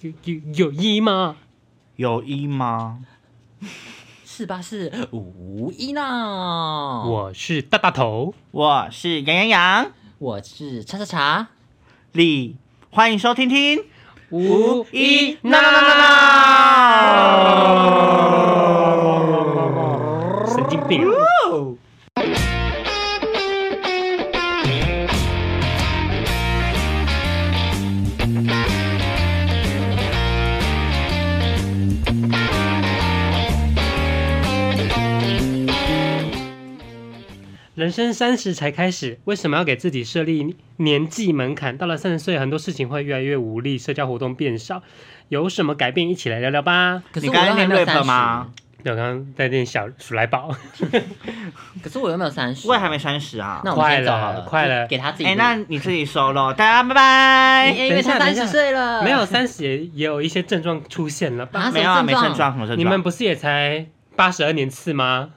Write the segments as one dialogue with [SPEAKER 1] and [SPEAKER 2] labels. [SPEAKER 1] 有有有一吗？
[SPEAKER 2] 有一吗？
[SPEAKER 3] 是吧？是无一呢？
[SPEAKER 1] 我是大大头，
[SPEAKER 2] 我是杨洋洋
[SPEAKER 3] 我是叉叉叉，
[SPEAKER 2] 李，欢迎收听听
[SPEAKER 1] 无一
[SPEAKER 2] 那那那那
[SPEAKER 1] 神经病。啊人生三十才开始，为什么要给自己设立年纪门槛？到了三十岁，很多事情会越来越无力，社交活动变少，有什么改变？一起来聊聊吧。
[SPEAKER 3] 可是
[SPEAKER 2] 你
[SPEAKER 3] 我
[SPEAKER 2] 刚才
[SPEAKER 3] 又还没有
[SPEAKER 2] 念 rap
[SPEAKER 3] 三
[SPEAKER 2] 吗
[SPEAKER 3] 十，
[SPEAKER 1] 对我刚刚在念小鼠来宝，
[SPEAKER 3] 可是我又没有三十，
[SPEAKER 2] 我也还没三十啊。
[SPEAKER 3] 那我们先走好
[SPEAKER 1] 快
[SPEAKER 3] 了，
[SPEAKER 1] 了快了
[SPEAKER 3] 给他自己
[SPEAKER 2] 哎、
[SPEAKER 3] 录。哎
[SPEAKER 2] 那你自己收喽，大家拜拜。
[SPEAKER 3] 因为他
[SPEAKER 1] 等一
[SPEAKER 3] 三
[SPEAKER 1] 下
[SPEAKER 3] 十岁了，
[SPEAKER 1] 没有三十也也有一些症状出现了吧？
[SPEAKER 3] 啊
[SPEAKER 2] 没有啊，
[SPEAKER 3] 什么
[SPEAKER 2] 没
[SPEAKER 3] 症
[SPEAKER 2] 症
[SPEAKER 3] 状
[SPEAKER 2] 状，什么症状？
[SPEAKER 1] 你们不是也才八十二年次 吗？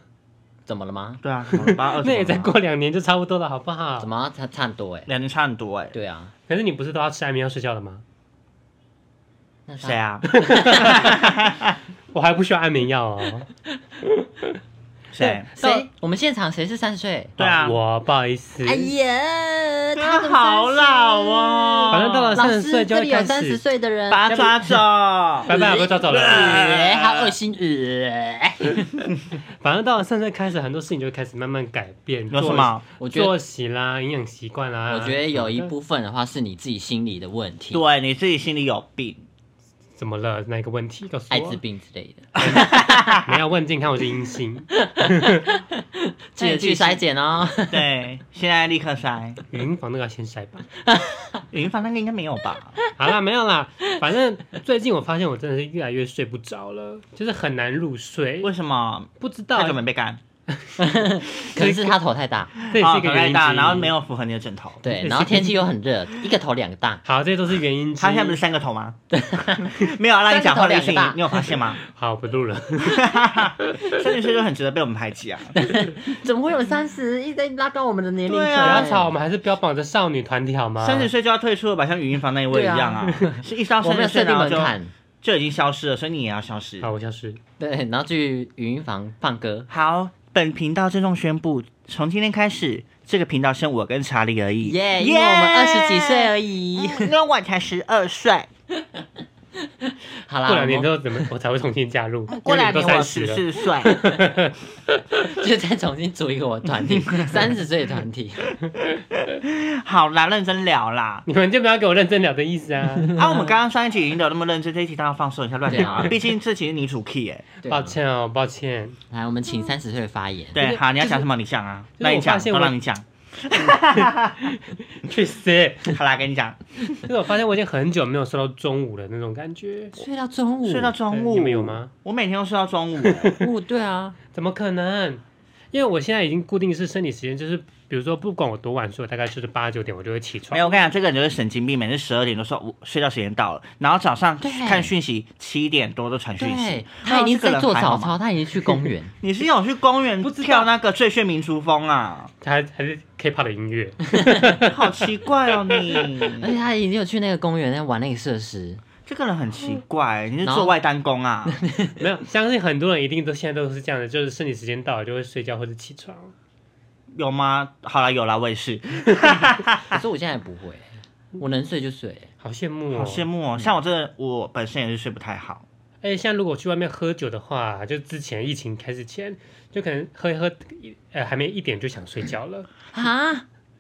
[SPEAKER 3] 怎么了吗？
[SPEAKER 2] 对啊，什么八二十
[SPEAKER 1] 那也再
[SPEAKER 2] 吗
[SPEAKER 1] 过两年就差不多了，好不好
[SPEAKER 3] 怎？么差差很多哎？
[SPEAKER 2] 两年差很 多哎、
[SPEAKER 3] 对啊，
[SPEAKER 1] 可是你不是都要吃安眠药睡觉的吗？
[SPEAKER 3] 那他
[SPEAKER 2] 谁？啊？
[SPEAKER 1] 我还不需要安眠药哦。
[SPEAKER 2] 谁？
[SPEAKER 3] 谁？我们现场谁是三十岁？
[SPEAKER 2] 对啊
[SPEAKER 1] 好我哦不好意思。
[SPEAKER 3] 哎呀，他
[SPEAKER 2] 他
[SPEAKER 3] 怎么
[SPEAKER 2] 好老
[SPEAKER 3] 30
[SPEAKER 2] 哦，
[SPEAKER 1] 反正到了
[SPEAKER 3] 老
[SPEAKER 1] 三十
[SPEAKER 3] 师，
[SPEAKER 1] 岁就
[SPEAKER 3] 这
[SPEAKER 1] 会
[SPEAKER 3] 里有
[SPEAKER 1] 开
[SPEAKER 3] 三十
[SPEAKER 1] 始，
[SPEAKER 3] 岁的人，
[SPEAKER 2] 把他抓走。
[SPEAKER 1] 拜啊拜，我被抓走了。
[SPEAKER 3] 呃，好恶心，呃，
[SPEAKER 1] 反正到了三十岁开始，很多事情就会开始慢慢改变。
[SPEAKER 2] 有什
[SPEAKER 1] 作
[SPEAKER 2] 么？
[SPEAKER 3] 我觉得
[SPEAKER 1] 作。息啦，营养习惯啦。
[SPEAKER 3] 我觉得有一部分的话是你自己心理的问
[SPEAKER 2] 啊
[SPEAKER 3] 题，
[SPEAKER 2] 对，啊你自己心里有病。
[SPEAKER 1] 怎嗯么了？哪个问题？告诉我。
[SPEAKER 3] 艾滋病之类
[SPEAKER 2] 啊
[SPEAKER 3] 的，
[SPEAKER 1] 没有问健康，我是阴性。
[SPEAKER 3] 记得去筛检 哦。
[SPEAKER 2] 对，现在立刻塞。
[SPEAKER 1] 语音房那个要先筛吧。
[SPEAKER 3] 嗯
[SPEAKER 2] 云帆那个应该没有 吧？
[SPEAKER 1] 好啦，没有啦。反正最近我发现我真的是越来越睡不着了，就是很难入睡。
[SPEAKER 2] 为什么？
[SPEAKER 1] 不知道
[SPEAKER 2] 太久没被干，
[SPEAKER 3] 可能是他头太大，
[SPEAKER 1] 这也是一个
[SPEAKER 2] 哦
[SPEAKER 1] 原
[SPEAKER 2] 太
[SPEAKER 1] 因、
[SPEAKER 2] 大，然后没。有符合你的枕头。
[SPEAKER 3] 对，然后天气又很热，一个头两个大，
[SPEAKER 1] 好，这些都是原因之
[SPEAKER 2] 他现在不是
[SPEAKER 1] 一。
[SPEAKER 2] 三个头吗？ 没有啊让你讲话的意思，
[SPEAKER 3] 三个头两个大
[SPEAKER 2] 你有发现 吗？
[SPEAKER 1] 好，不 录了。
[SPEAKER 2] 三十岁就很值得被我们排挤啊！
[SPEAKER 3] 怎么会有三十一直在拉高我们的年龄层？
[SPEAKER 2] 对
[SPEAKER 1] 不
[SPEAKER 2] 啊
[SPEAKER 1] 要吵，我们还是标榜着少女团体好
[SPEAKER 3] 啊
[SPEAKER 1] 吗？
[SPEAKER 2] 三十岁就要退出了吧，像语音房那一位一样啊，是一到
[SPEAKER 3] 我
[SPEAKER 2] 三
[SPEAKER 3] 们有
[SPEAKER 2] 十
[SPEAKER 3] 设
[SPEAKER 2] 岁
[SPEAKER 3] 定
[SPEAKER 2] 然后
[SPEAKER 3] 门
[SPEAKER 2] 就
[SPEAKER 3] 槛，
[SPEAKER 2] 就已经消失了，所以你也要消失。
[SPEAKER 1] 好，我消失。
[SPEAKER 3] 对，然后去语音房放歌，
[SPEAKER 2] 好，本频道郑重宣布，从今天开始，这个频道剩我跟查理而已。
[SPEAKER 3] 耶，因为我们二十几岁而
[SPEAKER 2] 已，
[SPEAKER 3] 已。
[SPEAKER 2] 因为我才十二岁，
[SPEAKER 3] 好啦，
[SPEAKER 1] 过两年
[SPEAKER 3] 我
[SPEAKER 1] 之后怎么 我才会重新加入？
[SPEAKER 2] 过两
[SPEAKER 1] 因为你
[SPEAKER 2] 年
[SPEAKER 1] 都三
[SPEAKER 2] 我
[SPEAKER 1] 十了。
[SPEAKER 2] 十四 岁。
[SPEAKER 3] 们就再重新组一个我团 体，三十岁的团体。
[SPEAKER 2] 好啦，认真聊啦。
[SPEAKER 1] 你们就不要给我认真聊的意思 啊！
[SPEAKER 2] 啊，我们刚刚上一集已经聊那么认真，这一集当然放松一下，乱聊啊。
[SPEAKER 3] 对啊
[SPEAKER 2] 毕竟这集是你主 key 哎、
[SPEAKER 3] 对啊
[SPEAKER 1] 抱，歉哦，抱歉。
[SPEAKER 3] 来，我们请三十岁发言。
[SPEAKER 2] 对，
[SPEAKER 1] 是
[SPEAKER 2] 好，你要讲什么你讲啊，
[SPEAKER 1] 就是
[SPEAKER 2] 那你
[SPEAKER 1] 我
[SPEAKER 2] 讲，
[SPEAKER 1] 发现
[SPEAKER 2] 都
[SPEAKER 1] 我
[SPEAKER 2] 让你讲。
[SPEAKER 1] 去死！
[SPEAKER 2] 好啦，跟你讲，
[SPEAKER 1] 就是我发现我已经很久没有睡到中午的那种感觉。
[SPEAKER 3] 睡到中午，
[SPEAKER 2] 睡到中
[SPEAKER 1] 对
[SPEAKER 2] 午，
[SPEAKER 1] 哎你们有吗？
[SPEAKER 2] 我每天都睡到 中午，
[SPEAKER 3] 午，对啊，
[SPEAKER 1] 怎么可能？因为我现在已经固定是生理时间，就是比如说不管我多晚睡，我大概就是八九点我就会起
[SPEAKER 2] 没
[SPEAKER 1] 床。
[SPEAKER 2] 有，我跟你讲，这个人就是神经病，每次十二点都说我睡觉时间到了，然后早上
[SPEAKER 3] 对
[SPEAKER 2] 看讯息，七点多都传讯息
[SPEAKER 3] 对，，他已经在做
[SPEAKER 2] 那这个人还好
[SPEAKER 3] 早
[SPEAKER 2] 吗
[SPEAKER 3] 操，他已经去公园。
[SPEAKER 2] 你是有去公园
[SPEAKER 1] 不知道
[SPEAKER 2] 跳那个《最炫民族风》啊？
[SPEAKER 1] 还还是 K-pop 的音 乐，
[SPEAKER 2] 好奇怪哦
[SPEAKER 3] 嗯 而
[SPEAKER 2] 你！
[SPEAKER 3] 且他已经有去那个公园在玩那个设施，
[SPEAKER 2] 这个人很奇怪，你是
[SPEAKER 3] 然后
[SPEAKER 2] 做外单工啊？
[SPEAKER 1] 没有，相信很多人一定都现在都是这样的，就是生理时间到了就会睡觉或者起床。
[SPEAKER 2] 有吗？好啦，有啦，我也是，
[SPEAKER 3] 可是我现在不会，我能睡就睡。
[SPEAKER 1] 好羡慕
[SPEAKER 2] 好
[SPEAKER 1] 哦！
[SPEAKER 2] 羡慕哦。像我这个，我本身也是睡不太好，
[SPEAKER 1] 而且哎像如果去外面喝酒的话，就之前疫情开始前，就可能喝一喝，呃，还没一点就想睡觉 了，
[SPEAKER 3] 啊，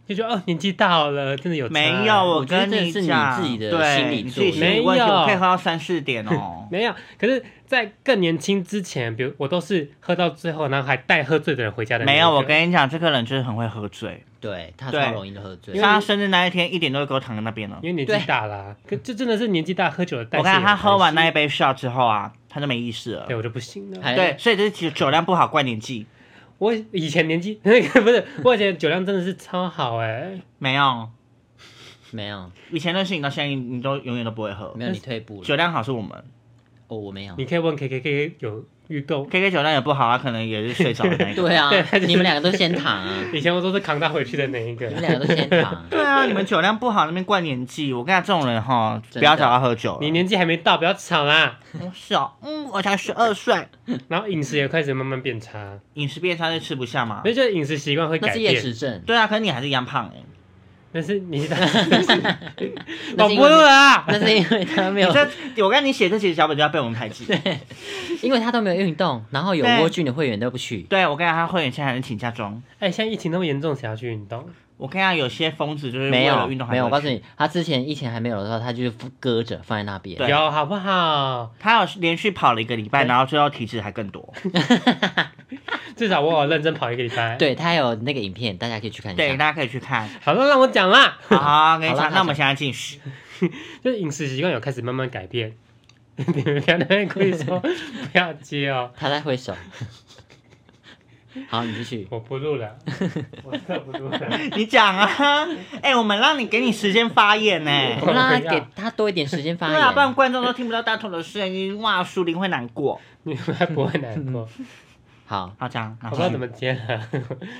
[SPEAKER 1] 就觉得哦年纪大了，真的有差
[SPEAKER 2] 没有。
[SPEAKER 3] 我觉得
[SPEAKER 2] 跟
[SPEAKER 3] 这
[SPEAKER 2] 你
[SPEAKER 3] 是你
[SPEAKER 2] 讲，
[SPEAKER 3] 自己的
[SPEAKER 2] 对
[SPEAKER 3] 心理
[SPEAKER 2] 你自
[SPEAKER 3] 作
[SPEAKER 2] 己
[SPEAKER 3] 用
[SPEAKER 2] 心理问题，
[SPEAKER 1] 没有。
[SPEAKER 2] 我可以喝到三四点 哦
[SPEAKER 1] 没有，可是，在更年轻之前，比如我都是喝到最后，然后还带喝醉的人回家的那一哎
[SPEAKER 2] 没
[SPEAKER 1] 个。
[SPEAKER 2] 有，我跟你讲，这个人就是很会喝醉。
[SPEAKER 3] 对他
[SPEAKER 2] 对
[SPEAKER 3] 超容易喝醉
[SPEAKER 2] 像。他生日那一天，一点都会给我躺在那边了。
[SPEAKER 1] 因为年纪大啦、可这真的是年纪大喝酒的代谢
[SPEAKER 2] 我
[SPEAKER 1] 有关系。
[SPEAKER 2] 看他喝完那一杯 shot 之后啊，他就没意识了
[SPEAKER 1] 对。我就不行了。
[SPEAKER 3] 还
[SPEAKER 2] 对，所以这是酒酒量不好怪年纪。
[SPEAKER 1] 我以前年纪 那个不是，我以前酒量真的是超好哎、
[SPEAKER 2] 没有，
[SPEAKER 3] 没有
[SPEAKER 2] 以前认识你到现在，你都永远都不会喝。
[SPEAKER 3] 没有你退步了
[SPEAKER 2] 酒量好是我们，
[SPEAKER 3] 哦，我没有。
[SPEAKER 1] 你可以问 K K K 有预购，
[SPEAKER 2] K K 酒量也不好啊，可能也是睡着的那个。
[SPEAKER 3] 对啊
[SPEAKER 1] 对他就，是
[SPEAKER 3] 你们两个都先躺啊，
[SPEAKER 1] 以前我都是扛他回去的那一
[SPEAKER 3] 你们
[SPEAKER 1] 个。
[SPEAKER 3] 两个都先躺。
[SPEAKER 2] 对啊，你们酒量不好，那边怪年纪。我跟你讲，这种人哈，
[SPEAKER 3] 真的
[SPEAKER 2] 不要找他喝酒了。
[SPEAKER 1] 你年纪还没到，不要吵啦。
[SPEAKER 2] 嗯是哦，嗯，我才十二岁，
[SPEAKER 1] 然后饮食也开始慢慢变差，
[SPEAKER 2] 饮食变差就吃不下嘛
[SPEAKER 1] 所。以就是饮食习惯会
[SPEAKER 3] 那
[SPEAKER 1] 改
[SPEAKER 3] 是厌
[SPEAKER 1] 变。
[SPEAKER 3] 食症，
[SPEAKER 2] 对啊，可是你还是一样胖哎、
[SPEAKER 1] 但是 你
[SPEAKER 3] 那
[SPEAKER 1] 我
[SPEAKER 3] 是因为
[SPEAKER 1] 不录了啊，
[SPEAKER 3] 那是因为他没有，
[SPEAKER 2] 你这我看你写这几个小本就要被我们排挤。
[SPEAKER 3] 因为他都没有运动，然后有
[SPEAKER 2] 对
[SPEAKER 3] 蜗苣的会员都不去。
[SPEAKER 2] 对，我跟你讲，他会员现在还在请假中。
[SPEAKER 1] 哎、现在疫情那么严重，谁要去运动？
[SPEAKER 2] 我看到有些疯子就是
[SPEAKER 3] 没
[SPEAKER 2] 为
[SPEAKER 3] 有，
[SPEAKER 2] 了运动还
[SPEAKER 3] 没有，我
[SPEAKER 2] 会
[SPEAKER 3] 告诉你，他之前疫情还没有的时候，他就是搁着放在那边。
[SPEAKER 2] 对
[SPEAKER 1] 有好不好？
[SPEAKER 2] 他有连续跑了一个礼拜，然后最后体脂还更多。
[SPEAKER 1] 至少我有认真跑一个礼拜。，
[SPEAKER 3] 对他有那个影片，大家可以去看一
[SPEAKER 2] 对，
[SPEAKER 3] 下。
[SPEAKER 2] 大家可以去看。
[SPEAKER 1] 好了，让我讲啦。
[SPEAKER 2] 好好，跟你
[SPEAKER 3] 好啦
[SPEAKER 2] 讲，那我们现在进食。
[SPEAKER 1] 就是饮食习惯有开始慢慢改变。 你们不要在那边故意说不要接哦，
[SPEAKER 3] 他在挥手。好，你继续。
[SPEAKER 1] 我不录了，我真的不录了。
[SPEAKER 2] 你讲啊，哎、我们让你给你时间发言呢、
[SPEAKER 3] 我们哎让他
[SPEAKER 1] 不要
[SPEAKER 3] 给他多一点时间发
[SPEAKER 2] 对啊，不然
[SPEAKER 3] 言。
[SPEAKER 2] 观众都听不到大头的声音，哇，树林会难过。
[SPEAKER 1] 你们还不会难过？
[SPEAKER 3] 好，
[SPEAKER 2] 好，讲，
[SPEAKER 1] 我
[SPEAKER 2] 然
[SPEAKER 1] 不知道
[SPEAKER 2] 后
[SPEAKER 1] 怎么接了。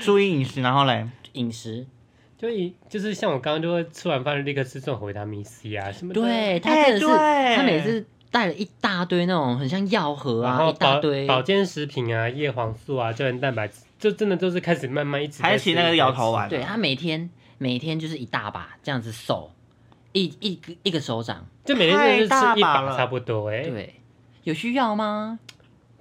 [SPEAKER 2] 注意饮食，然后嘞，
[SPEAKER 3] 饮食，
[SPEAKER 1] 就一就是像我刚刚就会吃完饭就立刻吃这种维他命 C 啊什么的，
[SPEAKER 3] 对他
[SPEAKER 2] 哎
[SPEAKER 3] 真的是，
[SPEAKER 2] 对
[SPEAKER 3] 他每次带了一大堆那种很像药盒
[SPEAKER 1] 然
[SPEAKER 3] 啊，
[SPEAKER 1] 后
[SPEAKER 3] 一大
[SPEAKER 1] 保
[SPEAKER 3] 堆。
[SPEAKER 1] 保健食品啊、叶黄素啊、胶原蛋白，就真的就是开始慢慢一直在
[SPEAKER 2] 还
[SPEAKER 1] 吃
[SPEAKER 2] 起那个摇
[SPEAKER 1] 一直在
[SPEAKER 2] 头。
[SPEAKER 1] 吃
[SPEAKER 2] 丸，啊
[SPEAKER 3] 对他每天每天就是一大把这样子手，一一个一个手掌。
[SPEAKER 1] 就每天真的是
[SPEAKER 2] 太大
[SPEAKER 1] 吃一
[SPEAKER 2] 把
[SPEAKER 1] 把
[SPEAKER 2] 了
[SPEAKER 1] 差不多哎、
[SPEAKER 3] 对，有需要吗？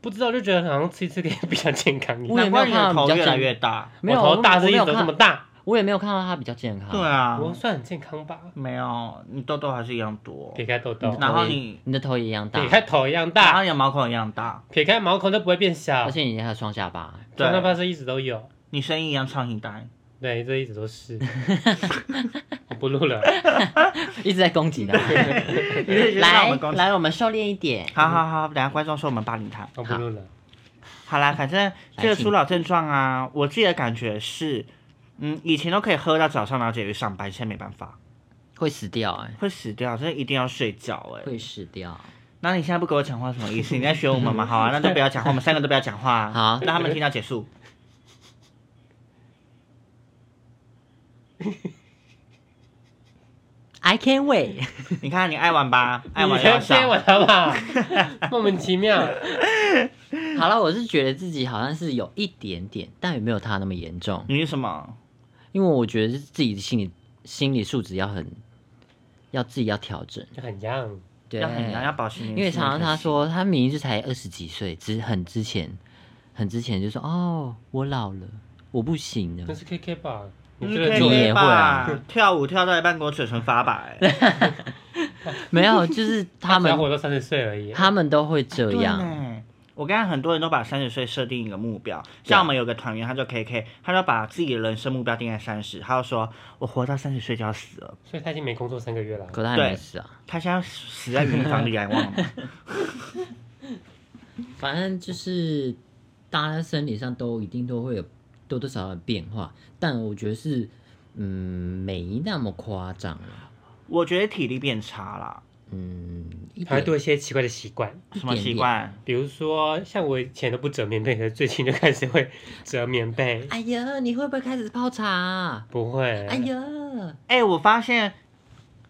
[SPEAKER 1] 不知道就觉得好像吃一次可以比较健康一点。
[SPEAKER 3] 我也
[SPEAKER 2] 难
[SPEAKER 3] 没有
[SPEAKER 2] 怪你
[SPEAKER 3] 看
[SPEAKER 2] 的
[SPEAKER 3] 到
[SPEAKER 2] 头
[SPEAKER 3] 比较啊
[SPEAKER 2] 越来
[SPEAKER 3] 正
[SPEAKER 2] 越大。
[SPEAKER 3] 没有，
[SPEAKER 1] 我头大
[SPEAKER 3] 我
[SPEAKER 1] 是
[SPEAKER 3] 没
[SPEAKER 1] 一
[SPEAKER 3] 有
[SPEAKER 1] 直都这
[SPEAKER 3] 看
[SPEAKER 1] 么，大，
[SPEAKER 3] 我也没有看到他比较健康。
[SPEAKER 2] 对，啊，
[SPEAKER 1] 我算很健康吧？
[SPEAKER 2] 没有，你痘痘还是一样多，
[SPEAKER 1] 撇开痘痘，
[SPEAKER 2] 然后你，
[SPEAKER 3] 你的头也一样嗯大
[SPEAKER 1] 撇，开头一样
[SPEAKER 2] 然后
[SPEAKER 1] 大，
[SPEAKER 2] 你的毛孔一样大，
[SPEAKER 1] 撇开毛孔都不会变小
[SPEAKER 3] 而。且你还有双下巴。
[SPEAKER 2] 对
[SPEAKER 1] 双下巴是一直都有，
[SPEAKER 2] 你声音一样苍蝇呆。
[SPEAKER 1] 对，这一直都 是。我不录了，
[SPEAKER 3] 一直在攻击他。来
[SPEAKER 2] 来来，
[SPEAKER 3] 来，我们收敛一点。
[SPEAKER 2] 好好好，等下观众说我们霸凌他。
[SPEAKER 1] 我不录了。
[SPEAKER 2] 好 啦，反正这
[SPEAKER 3] 来
[SPEAKER 2] 个
[SPEAKER 3] 请
[SPEAKER 2] 初老症状啊，我自己的感觉是，嗯，以前都可以喝到早上，然后直接去上班，现在没办法，
[SPEAKER 3] 会死掉哎、
[SPEAKER 2] 会死掉，真的一定要睡觉哎、
[SPEAKER 3] 会死掉。
[SPEAKER 2] 那你现在不给我讲话什么意思？你在学我们吗？好啊，那就不要讲话，我们三个都不要讲话、啊，
[SPEAKER 3] 好
[SPEAKER 2] 让他们听到结束。
[SPEAKER 3] I can wait。
[SPEAKER 2] 你看你爱玩吧，爱
[SPEAKER 1] 你
[SPEAKER 2] 玩
[SPEAKER 1] 先
[SPEAKER 2] 要
[SPEAKER 1] 接我
[SPEAKER 2] 笑。
[SPEAKER 1] 好不 好？莫名其妙。
[SPEAKER 3] 好了，我是觉得自己好像是有一点点，但也没有他那么严重，
[SPEAKER 2] 你是什么？
[SPEAKER 3] 因为我觉得自己的心理心理素质要很，要自己要调整。
[SPEAKER 1] 就很 young，
[SPEAKER 3] 对，
[SPEAKER 2] 要很要保持年轻。
[SPEAKER 3] 因为常常他
[SPEAKER 2] 才行，
[SPEAKER 3] 说他明明就才二十几岁，只很之前，很之前就说哦，我老了，我不行
[SPEAKER 1] 那
[SPEAKER 3] 了。
[SPEAKER 1] 是 KK 吧？
[SPEAKER 2] 你
[SPEAKER 1] 你觉
[SPEAKER 2] 是
[SPEAKER 1] 得
[SPEAKER 2] K
[SPEAKER 3] 你
[SPEAKER 2] K
[SPEAKER 3] 也会啊
[SPEAKER 2] 吧跳舞跳到一半给我嘴唇发白，
[SPEAKER 3] 没有，就是他
[SPEAKER 1] 小
[SPEAKER 3] 们
[SPEAKER 1] 伙都三十岁而已，
[SPEAKER 3] 他们都会这
[SPEAKER 2] 啊对
[SPEAKER 3] 样。
[SPEAKER 2] 呢。我刚才很多人都把三十岁设定一个目标，
[SPEAKER 3] 啊
[SPEAKER 2] 像我们有个团员，他叫 K K，他就把自己的人生目标定在三十，他就说：“我活到三十岁就要死了。
[SPEAKER 1] 所以他已经没工作三个月了。
[SPEAKER 3] 可他还没死啊，”
[SPEAKER 2] 他现在死在云房里 还忘了。
[SPEAKER 3] 反正就是大家在生理上都一定都会有多多少少的变化，但我觉得是嗯没那么夸张了，
[SPEAKER 2] 我觉得体力变差啦，
[SPEAKER 3] 嗯，一
[SPEAKER 1] 他会
[SPEAKER 3] 点
[SPEAKER 1] 多一些奇怪的习惯，
[SPEAKER 2] 什么
[SPEAKER 3] 一点
[SPEAKER 2] 习
[SPEAKER 3] 点
[SPEAKER 2] 惯？
[SPEAKER 1] 比如说像我以前都不折棉被，可是最近就开始会折棉被，
[SPEAKER 3] 哎呀，你会不会开始泡茶啊？
[SPEAKER 1] 不会。
[SPEAKER 3] 哎呀，
[SPEAKER 2] 哎、我发现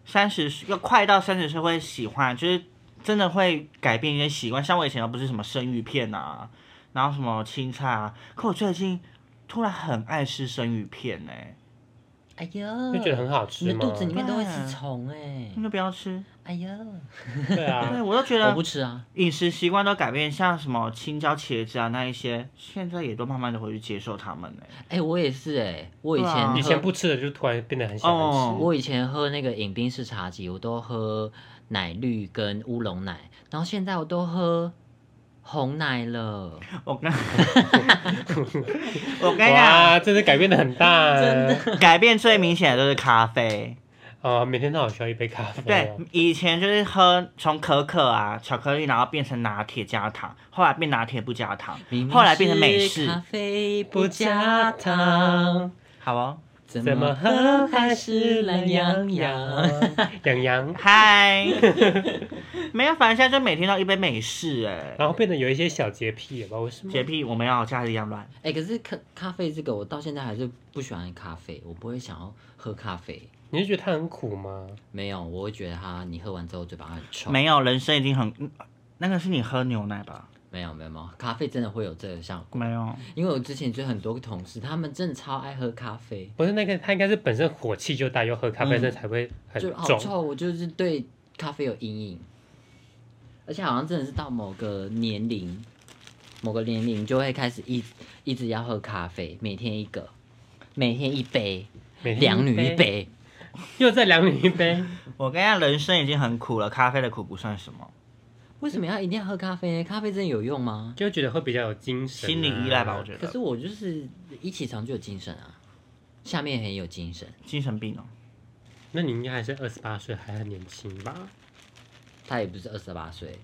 [SPEAKER 2] 三十要快到三十岁会喜欢，就是真的会改变一些习惯。像我以前都不是什么生鱼片啊，然后什么青菜啊，可我最近突然很爱吃生鱼片哎、
[SPEAKER 3] 哎呀，
[SPEAKER 1] 就觉得很好吃
[SPEAKER 3] 你的
[SPEAKER 1] 吗？
[SPEAKER 3] 肚子里面都会
[SPEAKER 2] 对
[SPEAKER 3] 是虫哎、
[SPEAKER 2] 那就不要吃。
[SPEAKER 3] 哎呀，
[SPEAKER 1] 对
[SPEAKER 2] 对，
[SPEAKER 1] 啊，
[SPEAKER 2] 我都觉
[SPEAKER 3] 我
[SPEAKER 2] 得
[SPEAKER 3] 不吃啊，
[SPEAKER 2] 饮食习惯都改变，像什么青椒、茄子啊那一些，现在也都慢慢的回去接受它们哎、
[SPEAKER 3] 哎、我也是哎、我以
[SPEAKER 2] 对啊
[SPEAKER 3] 前
[SPEAKER 1] 以
[SPEAKER 3] 喝
[SPEAKER 1] 前不吃的就突然变得很喜欢
[SPEAKER 2] 哦
[SPEAKER 1] 吃。
[SPEAKER 3] 我以前喝那个饮冰式茶几，我都喝奶绿跟乌龙奶，然后现在我都喝红奶了。
[SPEAKER 2] 我跟， 我跟你讲，
[SPEAKER 1] 哇，真的改变的很大，真的。
[SPEAKER 2] 改变最明显的就是咖啡。
[SPEAKER 1] 哦，每天都好需要一杯咖啡。哦
[SPEAKER 3] 哦
[SPEAKER 2] 对，，以前就是喝从可可啊、巧克力，然后变成拿铁加糖，后来变拿铁不加糖
[SPEAKER 3] 明，明
[SPEAKER 2] 后来变成美
[SPEAKER 3] 是
[SPEAKER 2] 式
[SPEAKER 3] 咖，啡不
[SPEAKER 1] 不
[SPEAKER 3] 加
[SPEAKER 1] 加
[SPEAKER 3] 糖，
[SPEAKER 1] 糖，
[SPEAKER 2] 好哦。
[SPEAKER 3] 怎
[SPEAKER 1] 怎么
[SPEAKER 3] 么
[SPEAKER 1] 喝
[SPEAKER 3] 喝
[SPEAKER 1] 还
[SPEAKER 3] 还
[SPEAKER 1] 是
[SPEAKER 3] 是
[SPEAKER 1] 懒
[SPEAKER 3] 懒
[SPEAKER 1] 洋
[SPEAKER 3] 洋
[SPEAKER 1] 洋
[SPEAKER 3] 洋？
[SPEAKER 1] 洋洋，
[SPEAKER 2] 嗨，没有，反正现在就每天都一杯美式哎、
[SPEAKER 1] 然后变得有一些小洁癖，也不知道为什么。
[SPEAKER 2] 洁癖我们要家里一样乱，
[SPEAKER 3] 哎、可是咖咖啡这个，我到现在还是不喜欢咖啡，我不会想要喝咖啡。
[SPEAKER 1] 你是觉得它很苦吗？
[SPEAKER 3] 没有，我会觉得它，你喝完之后嘴巴很臭。
[SPEAKER 2] 没有，人生已经很，嗯那个是你喝牛奶吧？
[SPEAKER 3] 没有，没有，没有，咖啡真的会有这个效果。
[SPEAKER 2] 没有，
[SPEAKER 3] 因为我之前就很多个同事，他们真的超爱喝咖啡，
[SPEAKER 1] 不是那个，它应该是本身火气就大，又喝咖啡，
[SPEAKER 3] 嗯
[SPEAKER 1] 这才会很
[SPEAKER 3] 就好
[SPEAKER 1] 重。
[SPEAKER 3] 臭，我就是对咖啡有阴影，而且好像真的是到某个年龄，某个年龄就会开始一一直要喝咖啡，每天一个，每天一杯，
[SPEAKER 1] 每天
[SPEAKER 3] 两女一，杯，
[SPEAKER 1] 又再两女一杯，
[SPEAKER 2] 我跟你讲，人生已经很苦了，咖啡的苦不算什么，
[SPEAKER 3] 为什么要一定要喝咖啡呢？咖啡真的有用吗？
[SPEAKER 1] 就觉得会比较有精神、啊
[SPEAKER 2] 心理依赖吧，我觉
[SPEAKER 3] 啊可
[SPEAKER 2] 得
[SPEAKER 3] 是。我就是一起床就有精神啊，下面很有精神，
[SPEAKER 2] 精神病哦、
[SPEAKER 1] 得。那你应该还是二十八岁，还很年轻吧？
[SPEAKER 3] 他也不是二十八岁，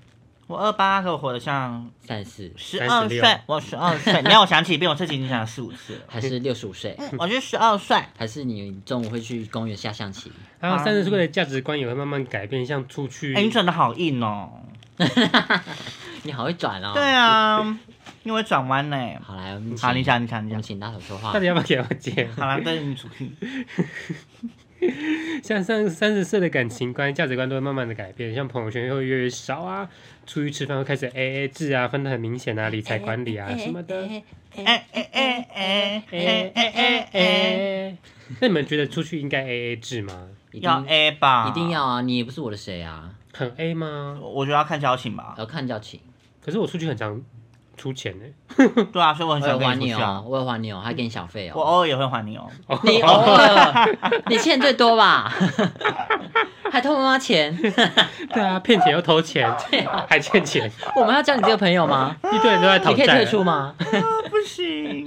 [SPEAKER 2] 我二八，可我活得像
[SPEAKER 3] 三四
[SPEAKER 2] 十二
[SPEAKER 1] 36
[SPEAKER 2] 岁，我十二岁。你让我想起一遍，我这集已经想了四五次 了。
[SPEAKER 3] 还是六十五岁，
[SPEAKER 2] 我是十二岁，
[SPEAKER 3] 还是你中午会去公园下象棋？
[SPEAKER 1] 还有
[SPEAKER 2] 啊
[SPEAKER 1] 三十岁的价值观也会慢慢改变，像出去
[SPEAKER 2] 哎，你转的好硬哦、
[SPEAKER 3] 你好会转哦。
[SPEAKER 2] 对啊，因为转弯呢。
[SPEAKER 3] 好来，我们
[SPEAKER 2] 好，
[SPEAKER 3] 请
[SPEAKER 2] 你讲，你讲，你
[SPEAKER 3] 我
[SPEAKER 2] 讲。
[SPEAKER 3] 们请大头说话
[SPEAKER 1] 到。底要不要给我接？
[SPEAKER 2] 好了，对你出去。
[SPEAKER 1] 像三三十岁的感情观、价值观都会慢慢的改变，像朋友圈会越来越少啊，出去吃饭会开始 A A 制啊，分得很明显
[SPEAKER 3] 哎
[SPEAKER 1] 啊，理财管理啊什么的。
[SPEAKER 2] 哎哎哎哎哎哎哎哎，
[SPEAKER 1] 哎，那你们觉得出去应该 A A 制吗？
[SPEAKER 3] 一定
[SPEAKER 2] 要 A 吧？
[SPEAKER 3] 一定。要啊！你也不是我的谁啊？
[SPEAKER 1] 很 A 吗？
[SPEAKER 2] 我觉得要看交情吧。
[SPEAKER 3] 要看交 情。
[SPEAKER 1] 可是我出去很常出钱呢、
[SPEAKER 2] 对啊，所以我很喜
[SPEAKER 3] 哦我有
[SPEAKER 2] 欢
[SPEAKER 3] 还
[SPEAKER 2] 跟你
[SPEAKER 3] 你
[SPEAKER 2] 出去啊
[SPEAKER 3] 哦，。我有还你哦，还给你小费
[SPEAKER 2] 我
[SPEAKER 3] 哦。
[SPEAKER 2] 偶尔也会还 你哦。
[SPEAKER 3] 你偶尔，你欠最多吧？ 还偷妈妈钱？
[SPEAKER 1] 对啊，骗钱又偷钱， 还欠钱，
[SPEAKER 3] 我们要交你这个朋友 吗？
[SPEAKER 1] 一堆人都在讨
[SPEAKER 3] 你可以
[SPEAKER 1] 债
[SPEAKER 3] 退
[SPEAKER 1] 了，
[SPEAKER 3] 出吗？
[SPEAKER 2] 啊不行，